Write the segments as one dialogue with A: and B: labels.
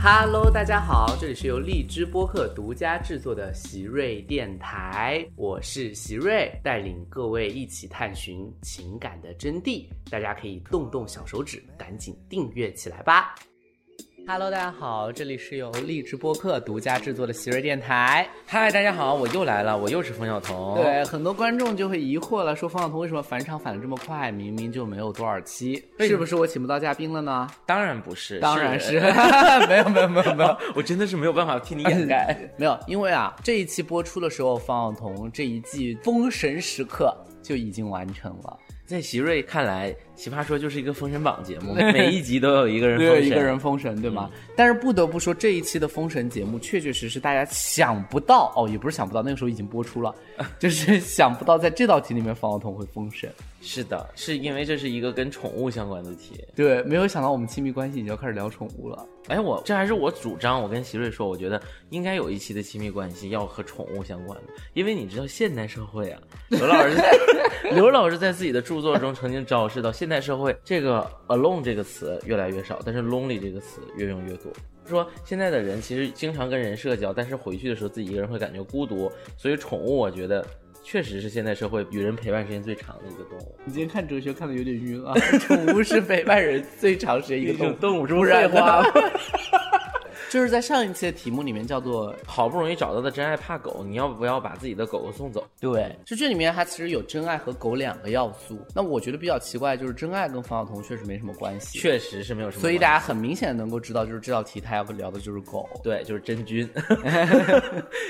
A: Hello，大家好，这里是由荔枝播客独家制作的席瑞电台，我是席瑞，带领各位一起探寻情感的真谛。大家可以动动小手指，赶紧订阅起来吧。Hello，大家好，这里是由荔枝播客独家制作的席瑞电台。
B: 嗨，大家好，我又来了，我又是冯小彤。
A: 对，很多观众就会疑惑了，说方晓彤为什么返场返的这么快？明明就没有多少期，
B: 对
A: 是不是我请不到嘉宾了呢？
B: 当然不是，
A: 当然是， 没有没有没有没有，
B: 我真的是没有办法替你 掩盖。
A: 没有，因为啊，这一期播出的时候，方晓彤这一季《封神时刻》就已经完成了，
B: 在席瑞看来，《奇葩说》就是一个封神榜节目，每一集都有一个人
A: 没
B: 封
A: 有
B: 神。
A: 一个人封神，对吗？但是不得不说，这一期的封神节目确确实实大家想不到哦，也不是想不到，那个时候已经播 出了，就是想不到在这道题里面方晓彤会封神。
B: 是的，是因为这是一个跟宠物相关的题。
A: 对，没有想到我们亲密关系已经要开始聊宠物了。
B: 哎，我这还是我主张，我跟席瑞说，我觉得应该有一期的亲密关系要和宠物相关的，因为你知道现代社会啊，刘老师在 刘老师在自己的著作中曾经昭示到，现代社会这个 alone 这个词越来越少，但是 lonely 这个词越用越多。说现在的人其实经常跟人社交，但是回去的时候自己一个人会感觉孤独，所以宠物我觉得确实是现代社会与人陪伴时间最长的一个动物。
A: 你今天看哲学看的有点晕啊， 宠物是陪伴人最长时间一个动物，
B: 动物是
A: 不
B: 不
A: 然
B: 然
A: 花
B: 花。
A: 就是在上一期的题目里面叫做
B: 好不容易找到的真爱怕狗，你要不要把自己的狗狗送走？
A: 对，就这里面它其实有真爱和狗两个要素。那我觉得比较奇怪就是真爱跟方晓彤确实没什么关系，
B: 确实是没有什么关系，
A: 所以大家很明显能够知道，就是这道题它要聊的就是狗。
B: 对，就是真 菌。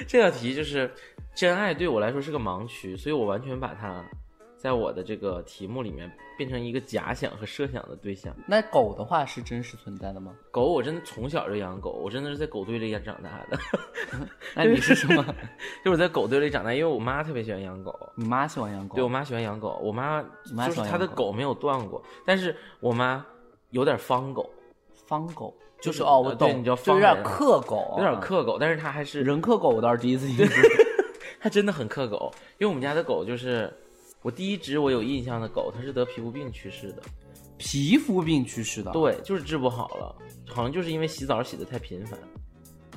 B: 这道题就是真爱对我来说是个盲区，所以我完全把它在我的这个题目里面变成一个假想和设想的对象。
A: 那狗的话是真实存在的吗？
B: 狗，我真的从小就养狗，我真的是在狗堆里养长大的，
A: 那你是什么？
B: 就是我在狗堆里长大，因为我妈特别喜欢养狗。
A: 你妈喜欢养狗？
B: 对我妈喜欢养狗，我妈
A: 你妈
B: 就
A: 喜
B: 是
A: 欢
B: 她的
A: 养狗
B: 狗没有断过，但是我妈有点方狗，
A: 方狗就是
B: 是
A: 哦，我
B: 对
A: 懂，
B: 你
A: 就有
B: 叫方
A: 点
B: 人
A: 克狗，啊
B: 有点克狗，但是她还是
A: 人克狗，我倒是第一次听说。
B: 它真的很克狗，因为我们家的狗就是我第一只我有印象的狗，它是得皮肤病去世的，
A: 皮肤病去世的，，
B: 对，就是治不好了，好像就是因为洗澡洗的太频繁。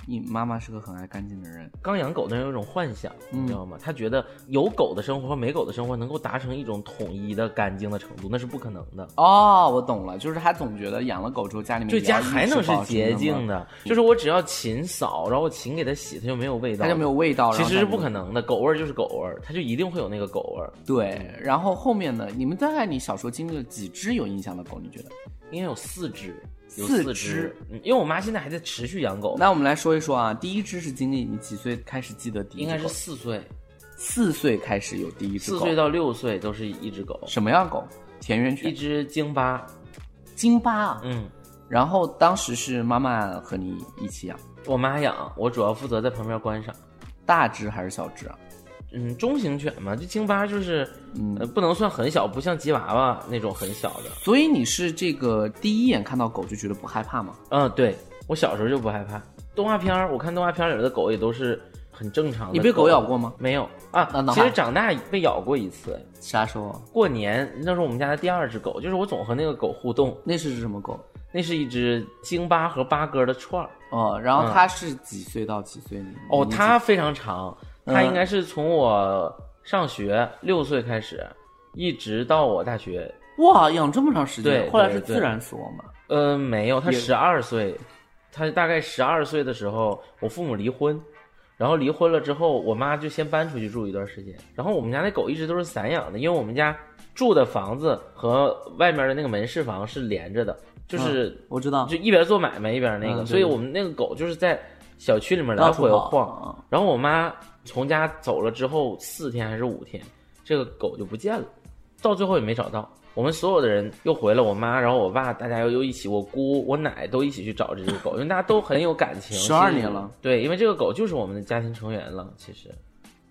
A: 你妈妈是个很爱干净的人。
B: 刚养狗的人有一种幻想，
A: 嗯
B: 你知道吗？他觉得有狗的生活和没狗的生活能够达成一种统一的干净的程度，那是不可能的。
A: 哦，我懂了，就是她总觉得养了狗之后家里面
B: 对家
A: 也要
B: 还
A: 一直
B: 能是
A: 保持
B: 洁净
A: 那么，
B: 的，就是我只要勤扫，然后我勤给它洗，它就没有味道，
A: 它就没有。味道。
B: 其
A: 然后它
B: 实是
A: 就
B: 不可能的，狗味儿就是狗味儿，它就一定会有那个狗味儿。嗯
A: 对，然后后面呢？你们大概你小时候经历了几只有印象的狗？你觉得？
B: 应该有四只，有
A: 四
B: 四
A: 只
B: 嗯因为我妈现在还在持续养狗，
A: 那我们来说一说啊，第一只是经历你几岁开始记得第一
B: 应
A: 只
B: 该
A: 狗？
B: 是四岁，
A: 四岁开始有第一只狗。
B: 四岁到六岁都是一只狗，
A: 什么样狗？田园
B: 一
A: 犬、
B: 只京巴，
A: 京巴啊。
B: 嗯，
A: 然后当时是妈妈和你一起啊养，
B: 我妈养，我主要负责在旁边观赏。
A: 大只还是小只啊？
B: 嗯，中型犬嘛，这京巴就是，
A: 嗯
B: 呃，不能算很小，不像吉娃娃那种很小的。
A: 所以你是这个第一眼看到狗就觉得不害怕吗？
B: 嗯，对我小时候就不害怕。动画片儿，我看动画片儿里的狗也都是很正常的。
A: 你被狗咬？过吗？
B: 没有啊
A: 那那，
B: 其
A: 还
B: 实长大被咬过一次。
A: 啥时候？
B: 过年那是我们家的第二只狗，就是我总和那个狗互动。
A: 那是只什么狗？
B: 那是一只京巴和八哥的串儿。
A: 哦，然后它是几岁到几岁？你
B: 嗯哦，
A: 你
B: 它非常长，
A: 嗯
B: 它应该是从我上学六岁开始，一直到我大学。
A: 哇，养这么长时间，
B: 对
A: 后来是
B: 对对
A: 自然死亡吗？
B: 呃，没有，它
A: 也
B: 十二岁，它大概十二岁的时候，我父母离婚，然后离婚了之后，我妈就先搬出去住一段时间。然后我们家那狗一直都是散养的，因为我们家住的房子和外面的那个门市房是连着的，就是、
A: 我知道，
B: 就一边做买卖一边那个，
A: 嗯
B: 所以我们那个狗就是在小区里面来
A: 到处
B: 回
A: 跑
B: 晃。然后我妈从家走了之后四天还是五天，这个狗就不见了，到最后也没找到。我们所有的人又回了我妈，然后我爸，大家又又一起，我姑、我奶都一起去找这只狗，因为大家都很有感情。
A: 12
B: 是
A: 年了，
B: 对，因为这个狗就是我们的家庭成员了。其实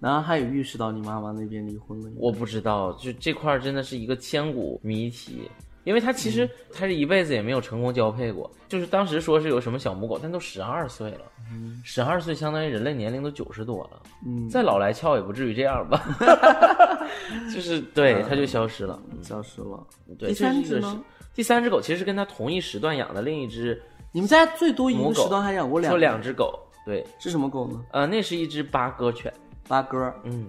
A: 然后还有意识到你妈妈那边离婚了，
B: 我不知道，就这块儿真的是一个千古谜题，因为它其
A: 嗯
B: 实它是一辈子也没有成功交配过，就是当时说是有什么小母狗，但都十二岁了，十二岁相当于人类年龄都九十多了，
A: 嗯
B: 再老来俏也不至于这 样吧，就是对，
A: 嗯
B: 它就消失了。
A: 消失了。
B: 对，
A: 第三
B: 这是一
A: 只
B: 个
A: 呢
B: 是？第三只狗其实是跟它同一时段养的另一只
A: 你们家最多一
B: 母
A: 个
B: 狗
A: 时段还养过两
B: 说
A: 个？
B: 两只狗，对，
A: 是什么狗呢？
B: 呃，那是一只八哥犬，
A: 八哥，
B: 嗯，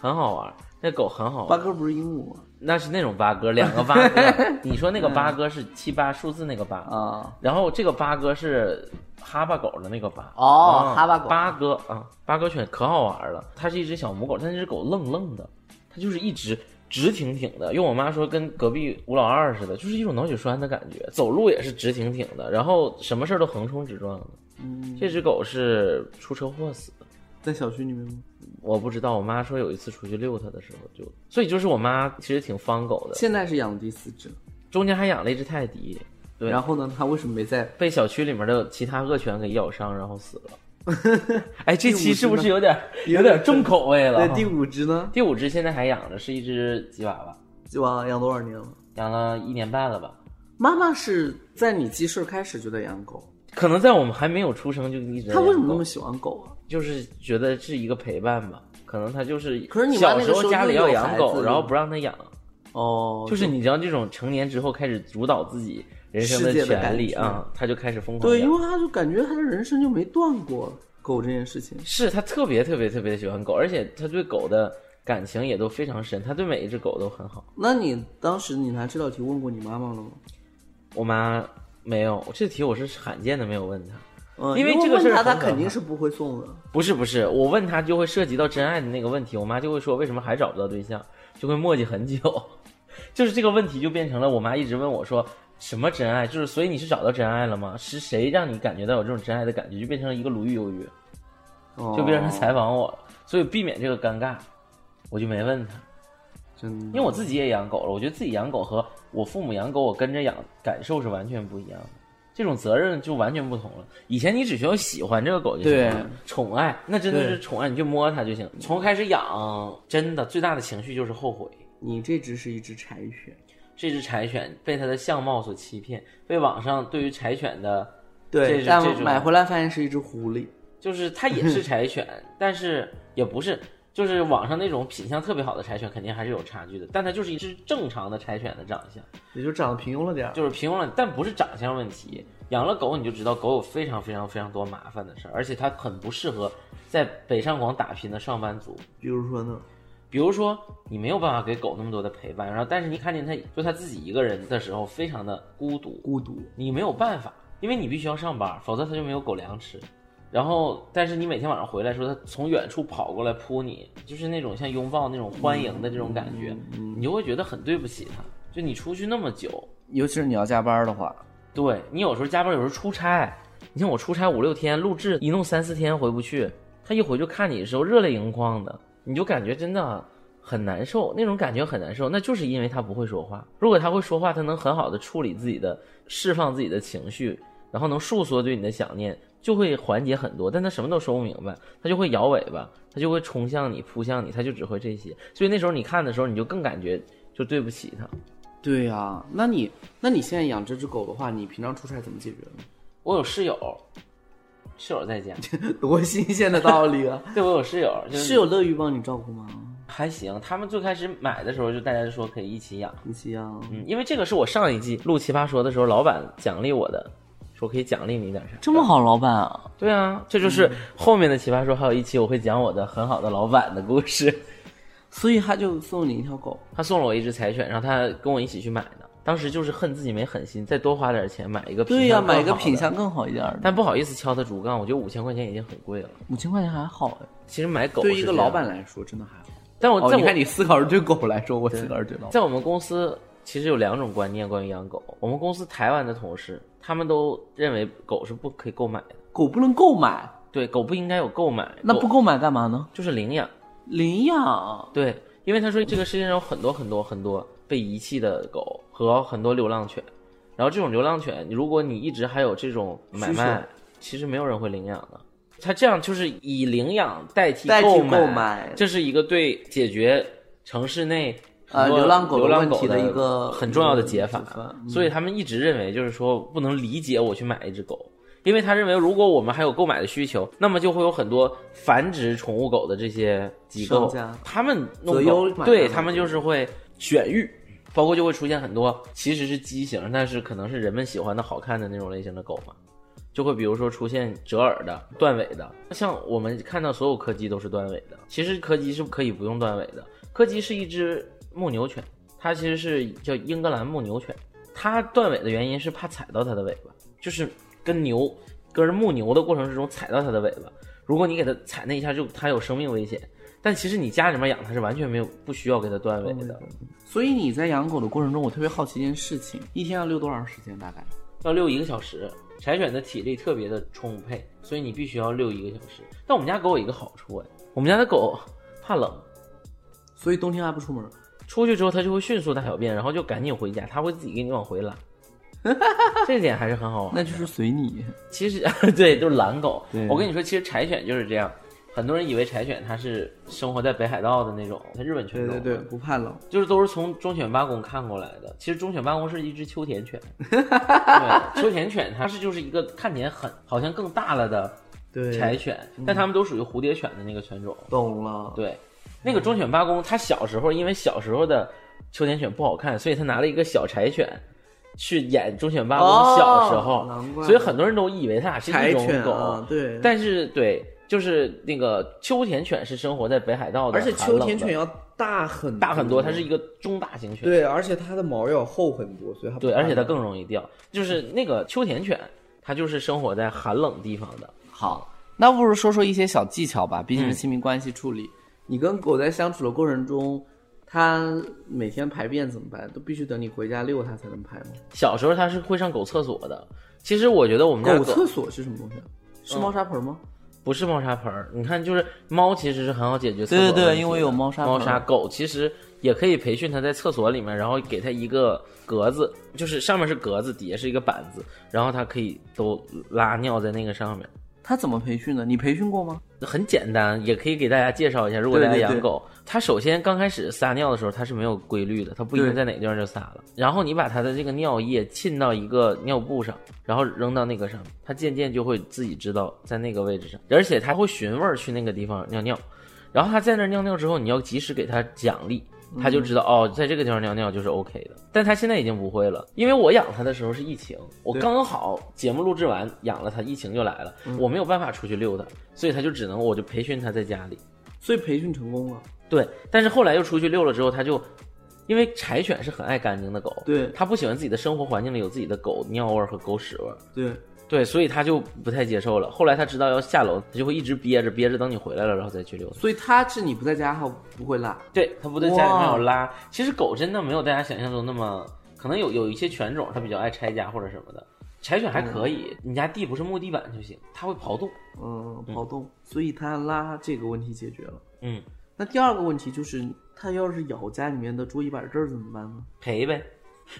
B: 很好玩儿，那狗很好
A: 八
B: 玩儿，
A: 哥不是鹦鹉吗？
B: 那是那种八哥，两个 八哥。你说那个八哥是七八数字那个八，
A: 啊，
B: 然后这个八哥是哈巴狗的那个八。
A: 哦
B: 啊，
A: 哈巴狗，
B: 八哥啊，八哥犬可好玩了，它是一只小母狗，但那只狗愣愣的，它就是一直直挺挺的，用我妈说跟隔壁吴老二似的，就是一种脑血栓的感觉，走路也是直挺挺的，然后什么事儿都横冲直撞的。
A: 嗯，
B: 这只狗是出车祸死的，
A: 在小区里面吗？
B: 我不知道，我妈说有一次出去遛它的时候就，所以就是我妈其实挺方狗的，
A: 现在是养的第四只，
B: 中间还养了一只泰迪，对
A: 然后呢，它为什么没 在？
B: 被小区里面的其他恶犬给咬伤，然后死了。 哎，这期是不是有点有点重口味了？
A: 对，第五只呢？
B: 第五只现在还养着，是一只吉娃娃，
A: 吉娃娃养多少年了？
B: 养了一年半了吧？
A: 妈妈是在你记事儿开始就在养狗，
B: 可能在我们还没有出生就一直在
A: 她为什
B: 养
A: 么那
B: 狗
A: 么喜欢狗啊？
B: 就是觉得是一个陪伴吧？可能他就是，
A: 可是你妈那
B: 小
A: 个
B: 时候
A: 时候
B: 家里
A: 就有
B: 要养
A: 孩
B: 狗，
A: 子
B: 然后不让他养，
A: 哦，
B: 就是你知道这种成年之后开始主导自己人生
A: 世界的
B: 权利
A: 感觉
B: 啊，他就开始疯狂
A: 对，因
B: 养。
A: 为她就感觉她的人生就没断过狗这件事情。
B: 是他特别特别特别喜欢狗，而且他对狗的感情也都非常深，他对每一只狗都很好。
A: 那你当时你拿这道题问过你妈妈了吗？
B: 我妈没有这题，我是罕见的没有问他。
A: 嗯，
B: 因为这个事
A: 问
B: 儿
A: 她，
B: 很
A: 她
B: 可
A: 肯定
B: 怕
A: 是不会送的。
B: 不是不是，我问他就会涉及到真爱的那个问题，我妈就会说为什么还找不到对象，就会磨叽很久。 就是这个问题就变成了我妈一直问我说什么真爱，就是所以你是找到真爱了吗？是谁让你感觉到有这种真爱的感觉？就变成了一个鲁豫有约，
A: 哦
B: 就变成采访我了，所以避免这个尴尬，我就没问他，
A: 真的，
B: 因为我自己也养狗了，我觉得自己养狗和我父母养狗，我跟着养感受是完全不一样的。这种责任就完全不同了。以前你只需要喜欢这个狗就行了
A: 对，
B: 宠爱那真的
A: 对
B: 是宠爱，你就摸它就行。从开始养，真的最大的情绪就是后悔。
A: 你这只是一只柴犬，
B: 这只柴犬被它的相貌所欺骗，被网上对于柴犬的，这
A: 对，
B: 是这
A: 但
B: 种
A: 买回来发现是一只狐狸。
B: 就是它也是 柴犬，但是也不是，就是网上那种品相特别好的柴犬肯定还是有差距的，但它就是一只正常的柴犬的长相。
A: 也就长得平庸了点儿。
B: 就是平庸了，但不是长相问题。养了狗你就知道，狗有非常非常非常多麻烦的事儿，而且它很不适合在北上广打拼的上班族。
A: 比如说呢，
B: 比如说，你没有办法给狗那么多的陪伴，然后但是你看见它就它自己一个人的时候，非常的孤独，
A: 孤独，
B: 你没有办法，因为你必须要上班，否则它就没有狗粮吃。然后，但是你每天晚上回来的时候，它从远处跑过来扑你，就是那种像拥抱那种欢迎的这种感觉，你就会觉得很对不起它。就你出去那么久，
A: 尤其是你要加班的话，
B: 对你有时候加班，有时候出差，你像我出差五六天，录制一弄三四天回不去，他一回就看你的时候热泪盈眶的，你就感觉真的很难受，那种感觉很难受，那就是因为他不会说话。如果他会说话，他能很好的处理自己的，释放自己的情绪，然后能诉说对你的想念，就会缓解很多。但他什么都说不明白，他就会摇尾巴，他就会冲向你、扑向你，他就只会这些。所以那时候你看的时候，你就更感觉就对不起他。
A: 对呀、那你那你现在养这只狗的话，你平常出差怎么解决呢？
B: 我有室友，室友在家。
A: 多新鲜的道理 啊！
B: 对，我有室友，就是
A: 室友乐于帮你照顾吗？
B: 还行。他们最开始买的时候，就大家就说可以一起养，
A: 一起养，
B: 嗯，因为这个是我上一季录《奇葩说》的时候，老板奖励我的，说可以奖励你点啥。
A: 这么嗯好老板啊！
B: 对啊，这就是后面的《奇葩说》，还有一期我会讲我的很好的老板的故事。
A: 所以他就送你一条狗，
B: 他送了我一只柴犬，然后他跟我一起去买的。当时就是恨自己没狠心，再多花点钱买一个品
A: 对呀、
B: 相更
A: 买一个
B: 好的
A: 品，相更好一点的，
B: 但不好意思敲他竹杠，我觉得五千块钱已经很贵了。
A: 五千块钱还好哎。
B: 其实买狗
A: 对
B: 是
A: 于一个
B: 这样
A: 老，板来说，真的还好。
B: 但我在我、
A: 哦你思考是对狗来说，我思考是对老板。
B: 在我们公司，其实有两种观念关于养狗。我们公司台湾的同事，他们都认为狗是不可以购买的，
A: 狗不能购买，
B: 对，狗不应该有购买，
A: 那
B: 狗
A: 不购买干嘛呢？
B: 就是领养？
A: 领养。
B: 对，因为他说这个世界上有很多很多很多被遗弃的狗和很多流浪犬，然后这种流浪犬，如果你一直还有这种买卖，其实没有人会领养的。他这样就是以领养代替
A: 代替
B: 购
A: 购买
B: 这是一个对解决城市内
A: 呃
B: 很多
A: 流浪狗的
B: 流浪
A: 问
B: 狗
A: 题的一个嗯
B: 很重要的解法
A: 解法。嗯
B: 所以他们一直认为就是说不能理解我去买一只狗。因为他认为，如果我们还有购买的需求，那么就会有很多繁殖宠物狗的这些机构
A: 商家，
B: 他们弄
A: 择
B: 狗
A: 优买
B: 对
A: 卖
B: 他们就是会选育，包括就会出现很多其实是畸形，但是可能是人们喜欢的好看的那种类型的狗嘛。就会比如说出现折耳的、断尾的，像我们看到所有柯基都是断尾的，其实柯基是可以不用断尾的。柯基是一只牧牛犬，它其实是叫英格兰牧牛犬，它断尾的原因是怕踩到它的尾巴，就是跟牛跟牧牛的过程之中踩到它的尾巴，如果你给它踩那一下就它有生命危险。但其实你家里面养它是完全没有不需要给它断尾
A: 嗯
B: 的，
A: 所以你在养狗的过程中，我特别好奇一件事情：一天要遛多长时间？大概
B: 要遛一个小时。柴犬的体力特别的充沛，所以你必须要遛一个小时。但我们家狗有一个好处哎，我们家的狗怕冷，
A: 所以冬天还不出门，
B: 出去之后它就会迅速大小便，然后就赶紧回家，它会自己给你往 回拉。这点还是很好玩。
A: 那就是随你。
B: 其实 对，就是懒狗
A: 对。
B: 我跟你说，其实柴犬就是这样。很多人以为柴犬它是生活在北海道的那种，它日本犬
A: 对
B: 种
A: 对
B: 嘛，
A: 对，不怕冷。
B: 就是都是从忠犬八公看过来的。其实忠犬八公是一只秋田犬， 对，秋田犬它是就是一个看起来很好像更大了的
A: 对
B: 柴犬，但它们都属于蝴蝶犬的那个犬种。
A: 懂了。
B: 对，那个忠犬八公，它小时候因为小时候的秋田犬不好看，所以它拿了一个小柴犬去演忠犬八公
A: 哦
B: 小时候，
A: 难怪
B: 所以很多人都以为它俩是
A: 柴
B: 一种
A: 犬
B: 狗，
A: 啊，对。
B: 但是对，就是那个秋田犬是生活在北海道的，
C: 而且
B: 寒
C: 秋
B: 冷
C: 田
B: 的
C: 犬要大很
B: 大很多，它是一个中大型犬。
C: 对，而且它的毛要厚很多，所以它不
B: 对，而且它
C: 怕
B: 更容易掉。就是那个秋田犬，它就是生活在寒冷地方的。
A: 好，那不如说说一些小技巧吧，毕竟是亲密关系处理。你跟狗在相处的过程中，它每天排便怎么办？都必须等你回家遛它才能排吗？
B: 小时候它是会上狗厕所的。其实我觉得我们家
A: 狗
B: 狗
A: 厕所是什么东西啊？是猫砂盆吗？
B: 不是猫砂盆儿，你看，就是猫其实是很好解决厕所
A: 对对对
B: 问题的
A: 因为有猫砂盆
B: 猫砂狗其实也可以培训它在厕所里面，然后给它一个格子，就是上面是格子，底下是一个板子，然后它可以都拉尿在那个上面，
A: 它怎么培训的？你培训过吗？
B: 很简单，也可以给大家介绍一下。如果
A: 对
B: 大家
A: 对
B: 养
A: 对
B: 狗，它首先刚开始撒尿的时候，它是没有规律的，它不一定
A: 对
B: 在哪个地方就撒了。然后你把它的这个尿液浸到一个尿布上，然后扔到那个上面，它渐渐就会自己知道在那个位置上，而且它会寻味儿去那个地方尿尿。然后它在那儿尿尿之后，你要及时给它奖励，它就知道、哦，在这个地方尿尿就是 OK 的。但它现在已经不会了，因为我养它的时候是疫情，我刚好节目录制完养了它，疫情就来了，我没有办法出去溜达，所以它就只能我就培训它在家里。
A: 所以培训成功了。
B: 对，但是后来又出去溜了之后，它就。因为柴犬是很爱干净的狗，
A: 对
B: 它不喜欢自己的生活环境里有自己的狗尿味儿和狗屎味儿，
A: 对，
B: 对，所以它就不太接受了。后来它知道要下楼，它就会一直憋着，憋着等你回来了，然后再去溜达。
A: 所以它是你不在家后不会落。
B: 对，它不在家里面有拉。其实狗真的没有大家想象中那么，可能有有一些犬种它比较爱拆家或者什么的。柴犬还可以，你家地不是木地板就行，它会刨洞。
A: 嗯，跑动，所以它拉这个问题解决了。
B: 嗯，
A: 那第二个问题就是，它要是咬家里面的桌椅板凳儿怎么办呢？
B: 赔呗。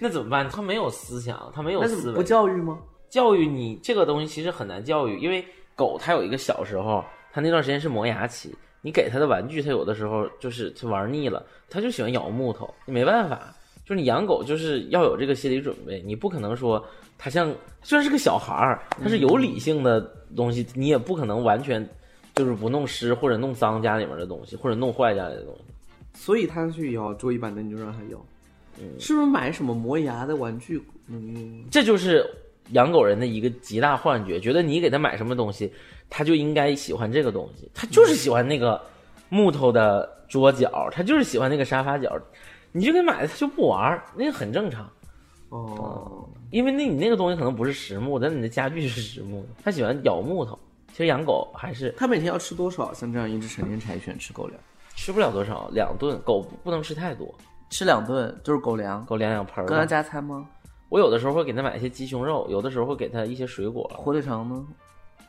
B: 那怎么办？它没有思想，它没有
A: 那怎
B: 思
A: 么
B: 维
A: 不。教育吗？
B: 教育你这个东西其实很难教育，因为狗它有一个小时候，它那段时间是磨牙期，你给它的玩具，它有的时候就是它玩腻了，它就喜欢咬木头，你没办法。就是你养狗，就是要有这个心理准备，你不可能说它像虽然是个小孩儿，它是有理性的东西，你也不可能完全就是不弄湿或者弄脏家里面的东西，或者弄坏家里的东西。
A: 所以他去咬桌椅板凳，你就让他咬。是不是买什么磨牙的玩具嗯能用？
B: 这就是养狗人的一个极大幻觉，觉得你给他买什么东西，他就应该喜欢这个东西，他就是喜欢那个木头的桌角，他就是喜欢那个沙发角，你就给买了，他就不玩儿，那个很正常。
A: 哦，
B: 因为那你那个东西可能不是实木的，但你的家具是实木的，他喜欢咬木头。其实养狗还是
A: 他每天要吃多少？像这样一只成年柴犬吃狗粮，
B: 吃不了多少，两顿狗不能吃太多，
A: 吃两顿就是狗粮，
B: 狗两两盆儿
A: 跟它
B: 吧。
A: 加餐吗？
B: 我有的时候会给它买一些鸡胸肉，有的时候会给它一些水果，
A: 火腿肠呢？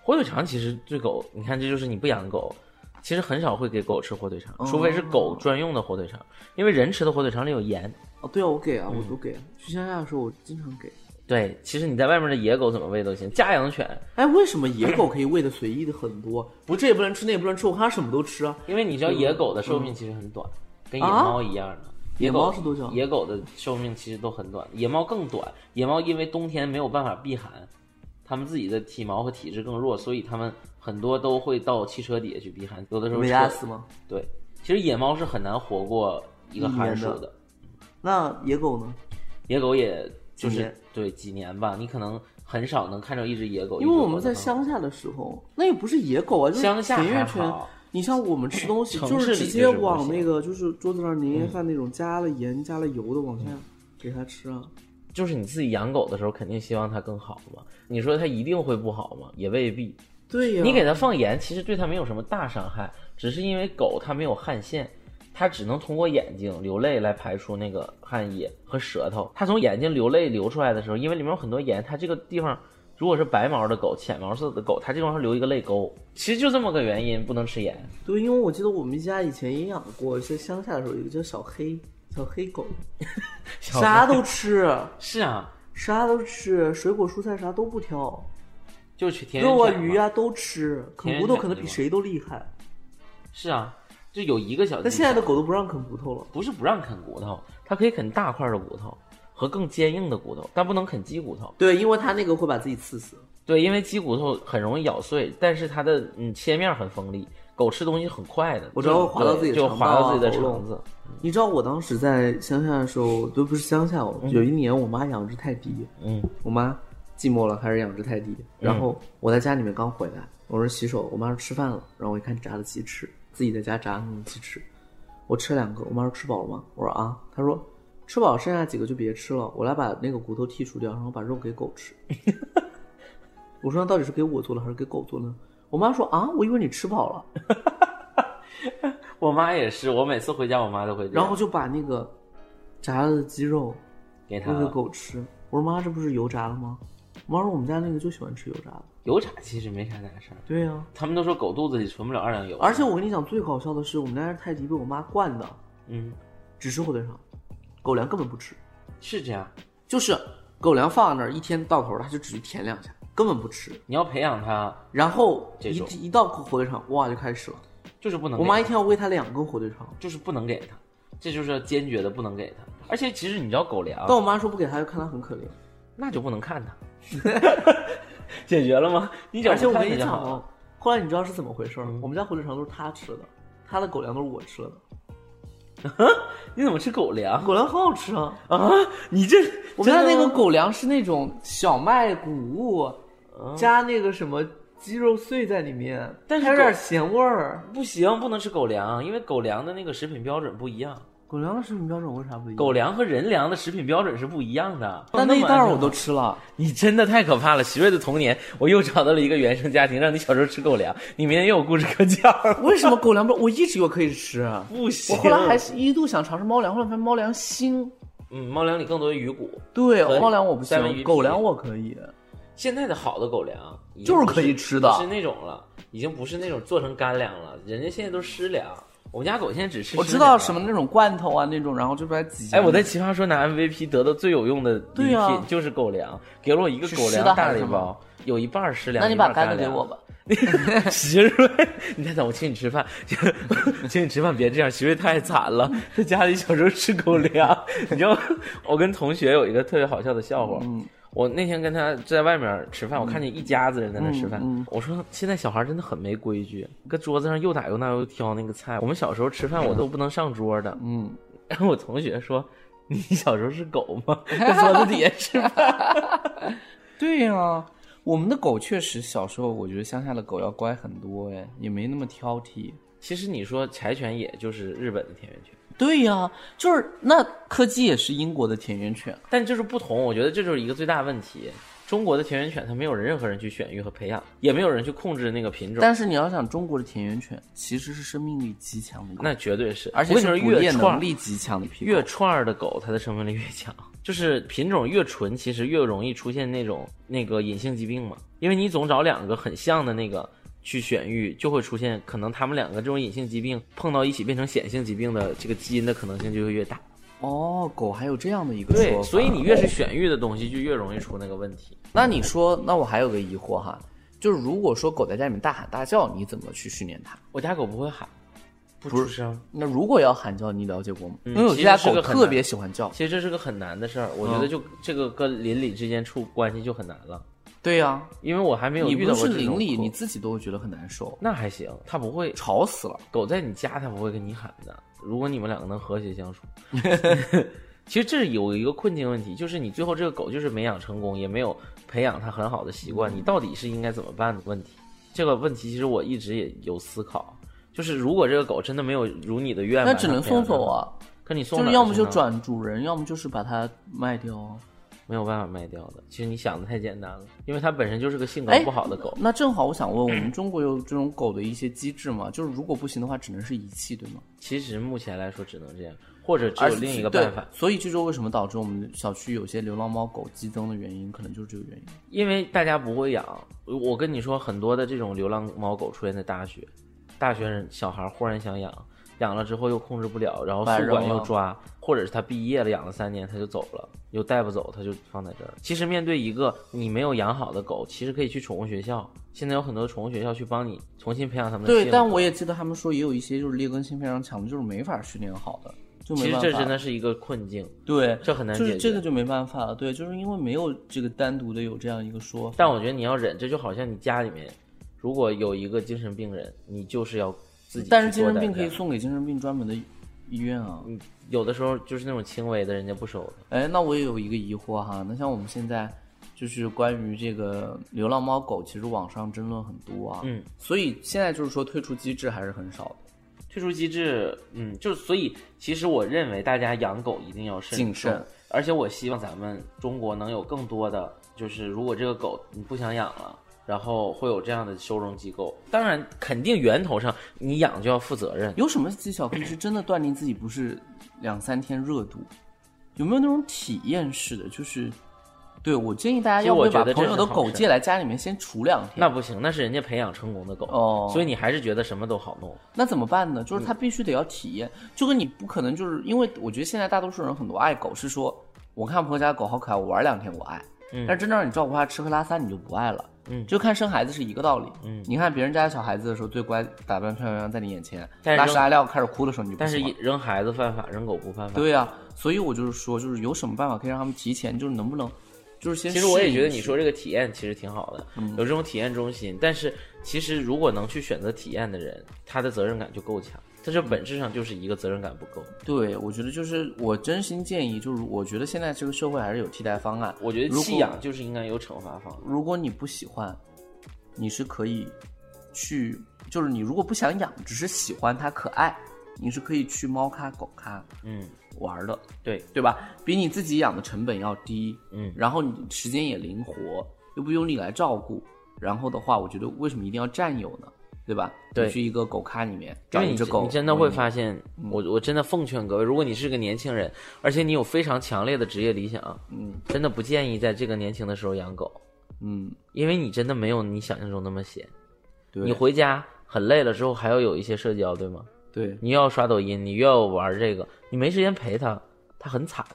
B: 火腿肠其实对狗，你看这就是你不养狗，其实很少会给狗吃火腿肠，除非是狗专用的火腿肠，因为人吃的火腿肠里有盐。
A: 哦，对啊，我给啊，我都给啊。去乡下的时候，我经常给。
B: 对，其实你在外面的野狗怎么喂都行，家养犬，
A: 哎，为什么野狗可以喂的随意的很多？不，这也不能吃，那也不能吃，我看它什么都吃啊。
B: 因为你知道野狗的寿命其实很短，跟野猫一样的。
A: 嗯野
B: 狗
A: 猫是多久
B: 野狗的寿命其实都很短，野猫更短。野猫因为冬天没有办法避寒，它们自己的体毛和体质更弱，所以它们很多都会到汽车底下去避寒，有的时候
A: 没压
B: 车
A: 死吗？
B: 对，其实野猫是很难活过一个
A: 一年
B: 寒暑
A: 的
B: 的
A: 那野狗呢？
B: 野狗也就
A: 几
B: 是
A: 年
B: 对几年吧，你可能很少能看着一只野狗，
A: 因为
B: 一只
A: 我们
B: 狗
A: 在
B: 的话
A: 乡下的时候，那也不是野狗啊，就是
B: 乡下
A: 田
B: 还
A: 园圈
B: 好。
A: 你像我们吃东西，
B: 城
A: 就
B: 市
A: 是
B: 里
A: 直
B: 就
A: 接
B: 是不
A: 往
B: 行
A: 那个就是桌子上年夜饭那种加了盐、加了油的往下给它吃啊。
B: 就是你自己养狗的时候，肯定希望它更好嘛。你说它一定会不好吗？也未必。
A: 对呀、啊
B: 你给它放盐，其实对它没有什么大伤害，只是因为狗它没有汗腺，它只能通过眼睛流泪来排出那个汗液和舌头。它从眼睛流泪流出来的时候，因为里面有很多盐，它这个地方如果是白毛的狗、浅毛色的狗，它这地方留一个泪沟，其实就这么个原因，不能吃盐。
A: 对，因为我记得我们家以前也养过，在乡下的时候有个叫小黑小黑 狗，啥都吃，
B: 是啊，
A: 啥都吃，水果蔬菜啥都不挑，
B: 就去田园
A: 肉啊
B: 犬嘛
A: 鱼啊都吃，啃
B: 田园
A: 骨头
B: 犬
A: 啃的
B: 对
A: 比
B: 吧
A: 谁都厉害。
B: 是啊，就有一个小。
A: 但现在的狗都不让啃骨头了。
B: 不是不让啃骨头，它可以啃大块的骨头和更坚硬的骨头，但不能啃鸡骨头。
A: 对，因为它那个会把自己刺死。
B: 对，因为鸡骨头很容易咬碎，但是它的嗯切面很锋利，狗吃东西很快的，
A: 我知道会划
B: 对
A: 到自己的
B: 就
A: 肠
B: 划
A: 道
B: 到自己的
A: 啊喉咙
B: 肠子。
A: 你知道我当时在乡下的时候，都不是乡下哦，有一年我妈养只泰迪，
B: 嗯，
A: 我妈寂寞了，开始养只泰迪。然后我在家里面刚回来，我说洗手，我妈说吃饭了，然后我一看炸了鸡翅，自己在家炸嗯鸡翅，我吃两个，我妈说吃饱了吗？我说啊，她说吃饱剩下几个就别吃了，我来把那个骨头剔除掉，然后把肉给狗吃。 我说那到底是给我做的还是给狗做的呢？我妈说啊，我以为你吃饱了，
B: 我妈也是，我每次回家，我妈都会这样
A: 然后就把那个炸了的鸡肉
B: 给它
A: 喂给狗吃。我说妈，这不是油炸了吗？我妈说我们家那个就喜欢吃油炸的。
B: 油炸，其实没啥大事儿。
A: 对呀、
B: 他们都说狗肚子里存不了二两油，
A: 而且我跟你讲，最搞笑的是，我们家的泰迪被我妈惯的，
B: 嗯
A: 只吃火腿肠，狗粮根本不吃，
B: 是这样，
A: 就是狗粮放在那儿，一天到头它就只去舔两下，根本不吃。
B: 你要培养它，
A: 然后
B: 这
A: 一
B: 种
A: 一到火腿肠，哇就开始了。
B: 就是不能
A: 我
B: 给
A: 妈
B: 它
A: 一天要喂它两根火腿肠，
B: 就是不能给它，这就是坚决的不能给它。而且其实你知道狗粮，
A: 但我妈说不给它，就看它很可怜。
B: 那就不能看 它。解决了吗？你只要
A: 而且
B: 不
A: 我跟
B: 看它
A: 你
B: 就
A: 讲
B: 好了。嗯
A: 哦，后来你知道是怎么回事吗？我们家火腿肠都是它吃的，它的狗粮都是我吃的，
B: 你怎么吃狗粮
A: 狗粮很好吃啊。
B: 啊？你这
A: 我们家
B: 真的
A: 那个
B: 吗
A: 狗粮是那种小麦谷物，加那个什么鸡肉碎在里面，
B: 嗯但是
A: 还有点
B: 狗
A: 咸味儿。
B: 不行，不能吃狗粮，因为狗粮的那个食品标准不一样。
A: 狗粮的食品标准为啥不一样？
B: 狗，粮和人粮的食品标准是不一样的。
A: 但那一
B: 哦么
A: 袋
B: 按
A: 儿
B: 照
A: 我都吃了。
B: 你真的太可怕了！徐瑞的童年，我又找到了一个原生家庭，让你小时候吃狗粮，你明天又有故事可讲。
A: 为什么狗粮不？我一直以为可以吃，啊我
B: 不行，
A: 后来还是一度想尝试猫粮，后来发现猫粮腥。
B: 嗯，猫粮里更多的鱼骨。
A: 对
B: 可，以
A: 猫粮我不
B: 三文
A: 行，
B: 鱼皮
A: 狗粮我可以。
B: 现在的好的狗粮已经
A: 就是
B: 不
A: 可以吃的
B: 不是那种了，已经不是那种做成干粮了，人家现在都是湿粮。我们家狗现在只吃。
A: 我知道什么。那种罐头啊，那种，然后就把它挤。
B: 哎，我在奇葩说拿 MVP 得到最有用的礼
A: 对
B: 品、
A: 呀
B: 就是狗粮，给了我一个
A: 是
B: 狗
A: 湿
B: 粮
A: 的
B: 大
A: 还是
B: 礼
A: 什么
B: 包，有一半儿湿粮，
A: 那你
B: 一
A: 把
B: 半儿
A: 干
B: 干
A: 的给
B: 粮
A: 我。吧。
B: 徐瑞，你太惨，我请你吃饭， 请你吃饭，别这样，徐瑞太惨了， 在家里小时候吃狗粮， 你知道，我跟同学有一个特别好笑的笑话，
A: 嗯
B: 我那天跟他在外面吃饭，我看见一家子人在那吃饭，
A: 嗯嗯
B: 我说现在小孩真的很没规矩，搁桌子上又打又闹又挑那个菜，我们小时候吃饭我都不能上桌的，
A: 嗯，
B: 然后我同学说。你小时候是狗吗？在桌子底下吃饭，
A: 对呀、我们的狗确实小时候，我觉得乡下的狗要乖很多，哎，也没那么挑剔。
B: 其实你说柴犬也就是日本的田园犬，
A: 对呀、就是那柯基也是英国的田园犬，
B: 但就是不同，我觉得这就是一个最大问题。中国的田园犬，它没有任何人去选育和培养，也没有人去控制那个品种，
A: 但是你要想中国的田园犬其实是生命力极强的狗，
B: 那绝对是。
A: 而且
B: 我跟
A: 是
B: 你
A: 捕
B: 说，
A: 猎
B: 越
A: 能
B: 串
A: 力极强的品种
B: 越串儿的狗，它的生命力越强，就是品种越纯，其实越容易出现那种那个隐性疾病嘛。因为你总找两个很像的那个去选育，就会出现可能它们两个这种隐性疾病碰到一起变成显性疾病的这个基因的可能性就会越大。
A: 哦，狗还有这样的一个说
B: 对，
A: 法，哦
B: 所以你越是选育的东西，就越容易出那个问题。
A: 那你说，那我还有个疑惑哈，就是如果说狗在家里面大喊大叫，你怎么去训练它？
B: 我家狗不会喊，不出声。
A: 那如果要喊叫，你了解过吗？
B: 嗯
A: 因为我
B: 其实
A: 家
B: 是
A: 狗
B: 个很
A: 特
B: 难
A: 别喜欢叫，
B: 其实这是个很难的事儿，我
A: 嗯
B: 觉得就、这个跟邻里之间处关系就很难了，
A: 对呀、
B: 因为我还没有
A: 你
B: 遇
A: 不
B: 到过
A: 是
B: 这种
A: 邻里，
B: 狗
A: 你自己都会觉得很难受，
B: 那还行，它不会
A: 吵死了。
B: 狗在你家，它不会跟你喊的。如果你们两个能和谐相处，其实这有一个困境问题，就是你最后这个狗就是没养成功，也没有培养它很好的习
A: 嗯
B: 惯，你到底是应该怎么办的问题。这个问题其实我一直也有思考，就是如果这个狗真的没有如你的愿，
A: 那只能送走啊。
B: 可你送
A: 就是
B: 哪儿啊
A: 要么
B: 去
A: 就
B: 呢，
A: 转主人，要么就是把它卖掉啊。
B: 没有办法卖掉的。其实你想的太简单了，因为它本身就是个性格
A: 哎
B: 不好的狗。
A: 那正好，我想问，我 们中国有这种狗的一些机制吗？就是如果不行的话，只能是遗弃，对吗？
B: 其实目前来说只能这样，或者只
A: 而
B: 有另一个办法
A: 对，所以这就为什么导致我们小区有些流浪猫狗激增的原因，可能就是这个原因。
B: 因为大家不会养。我跟你说，很多的这种流浪猫狗出现在大学，大学生小孩忽然想养，养了之后又控制不了，然后
A: 把
B: 宿
A: 扔
B: 管又
A: 了
B: 抓，或者是他毕业了养了三年他就走了，又带不走，他就放在这儿。其实面对一个你没有养好的狗，其实可以去宠物学校，现在有很多宠物学校去帮你重新培养它们的性
A: 对，
B: 格。
A: 但我也记得他们说，也有一些就是劣根性非常强的，就是没法训练好的，就
B: 其
A: 没
B: 实
A: 办法。
B: 这真的是一个困境，
A: 对，
B: 这很难
A: 就
B: 解
A: 是
B: 决。
A: 这个就没办法了。对，就是因为没有这个单独的有这样一个说法。
B: 但我觉得你要忍，这就好像你家里面如果有一个精神病人，你就是要自己去做代价。
A: 但是精神病可以送给精神病专门的医院啊。
B: 嗯，有的时候就是那种轻微的，人家不收的。
A: 哎，那我也有一个疑惑哈，那像我们现在就是关于这个流浪猫狗，其实网上争论很多啊，
B: 嗯，
A: 所以现在就是说退出机制还是很少的，
B: 退出机制，嗯，就是所以，其实我认为大家养狗一定要慎
A: 谨慎
B: 重，而且我希望咱们中国能有更多的，就是如果这个狗你不想养了，然后会有这样的收容机构。当然，肯定源头上你养就要负责任。
A: 有什么技巧可以是真的断定自己不是两三天热度？有没有那种体验式的？就是，对我建议大家
B: 其实
A: 要不
B: 我
A: 会
B: 觉
A: 把
B: 得
A: 朋
B: 这
A: 友
B: 是
A: 的
B: 好
A: 狗
B: 事
A: 借来家里面先处两天，
B: 那不行，那是人家培养成功的狗，
A: 哦
B: 所以你还是觉得什么都好弄。
A: 那怎么办呢？
B: 嗯
A: 就是他必须得要体验，就跟你不可能就是因为我觉得现在大多数人很多爱狗是说，我看朋友家的狗好可爱，我玩两天我爱，
B: 嗯
A: 但真正让你照顾它吃喝拉撒你就不爱了，
B: 嗯
A: 就看生孩子是一个道理，
B: 嗯
A: 你看别人家小孩子的时候最乖，打扮漂亮在你眼前，
B: 但是
A: 拉
B: 扔
A: 屎拉尿开始哭的时候你就不
B: 但是
A: 喜欢
B: 扔孩子犯法，扔狗不犯法。
A: 对呀、啊所以我就是说，就是有什么办法可以让他们提前，就是能不能，就是嗯先
B: 其实我也
A: 适应
B: 觉得
A: 一
B: 你
A: 下
B: 说这个体验其实挺好的，有这种体验中心。但是其实如果能去选择体验的人，他的责任感就够强。但是本质上就是一个责任感不够。
A: 对，我觉得就是我真心建议，就是我觉得现在这个社会还是有替代方案，
B: 我觉得
A: 如
B: 弃
A: 果嗯
B: 养就是应该有惩罚方。
A: 如果你不喜欢，你是可以去，就是你如果不想养，只是喜欢它可爱，你是可以去猫咖、狗咖
B: 嗯，
A: 玩的，
B: 对，
A: 对吧？比你自己养的成本要低，
B: 嗯
A: 然后你时间也灵活，又不用你来照顾，然后的话，我觉得为什么一定要占有呢？对吧？
B: 对
A: 你去一个狗咖里面
B: 因
A: 找
B: 为
A: 一
B: 你
A: 只狗，嗯
B: 你真的会
A: 喂
B: 发现，我我真的奉劝各位，如果你是个年轻人，而且你有非常强烈的职业理想，
A: 嗯
B: 真的不建议在这个年轻的时候养狗，
A: 嗯，
B: 因为你真的没有你想象中那么闲。
A: 对，
B: 你回家很累了之后，还要有一些社交，对吗？
A: 对
B: 你又要刷抖音，你又要玩这个，你没时间陪他，他很惨，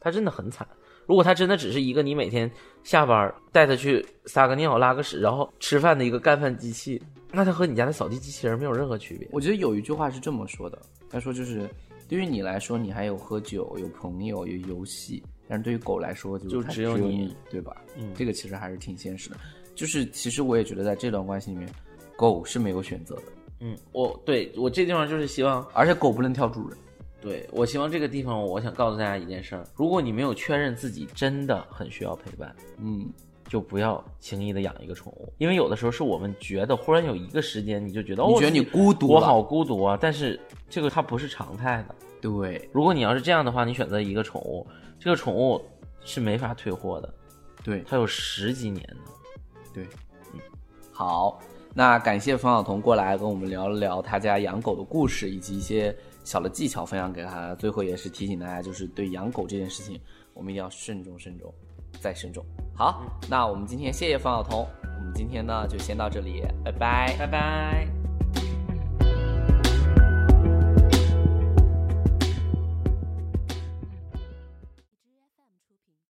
B: 他真的很惨。如果他真的只是一个你每天下班带他去撒个尿、拉个屎，然后吃饭的一个干饭机器，那他和你家的扫地机器人没有任何区别。
A: 我觉得有一句话是这么说的，他说就是对于你来说，你还有喝酒、有朋友、有游戏，但是对于狗来说就
B: 就
A: 它
B: 只
A: 只
B: 有
A: 你，
B: 你
A: 对吧？
B: 嗯
A: 这个其实还是挺现实的。就是其实我也觉得在这段关系里面，狗是没有选择的，
B: 嗯，我对我这地方就是希望，
A: 而且狗不能挑主人。
B: 对我希望这个地方，我想告诉大家一件事儿：如果你没有确认自己真的很需要陪伴，
A: 嗯，
B: 就不要轻易的养一个宠物，因为有的时候是我们觉得忽然有一个时间，你就觉得
A: 你
B: 哦，
A: 觉得你孤独
B: 我
A: 了
B: 好孤独啊！但是这个它不是常态的。
A: 对
B: 如果你要是这样的话，你选择一个宠物，这个宠物是没法退货的，
A: 对
B: 它有十几年呢。
A: 对，好，那感谢冯晓彤过来跟我们聊了聊他家养狗的故事，以及一些小的技巧分享给他。最后也是提醒大家，就是对养狗这件事情，我们一定要慎重、慎重，再慎重。好，那我们今天谢谢冯晓彤，我们今天呢就先到这里，拜拜。
B: 拜拜。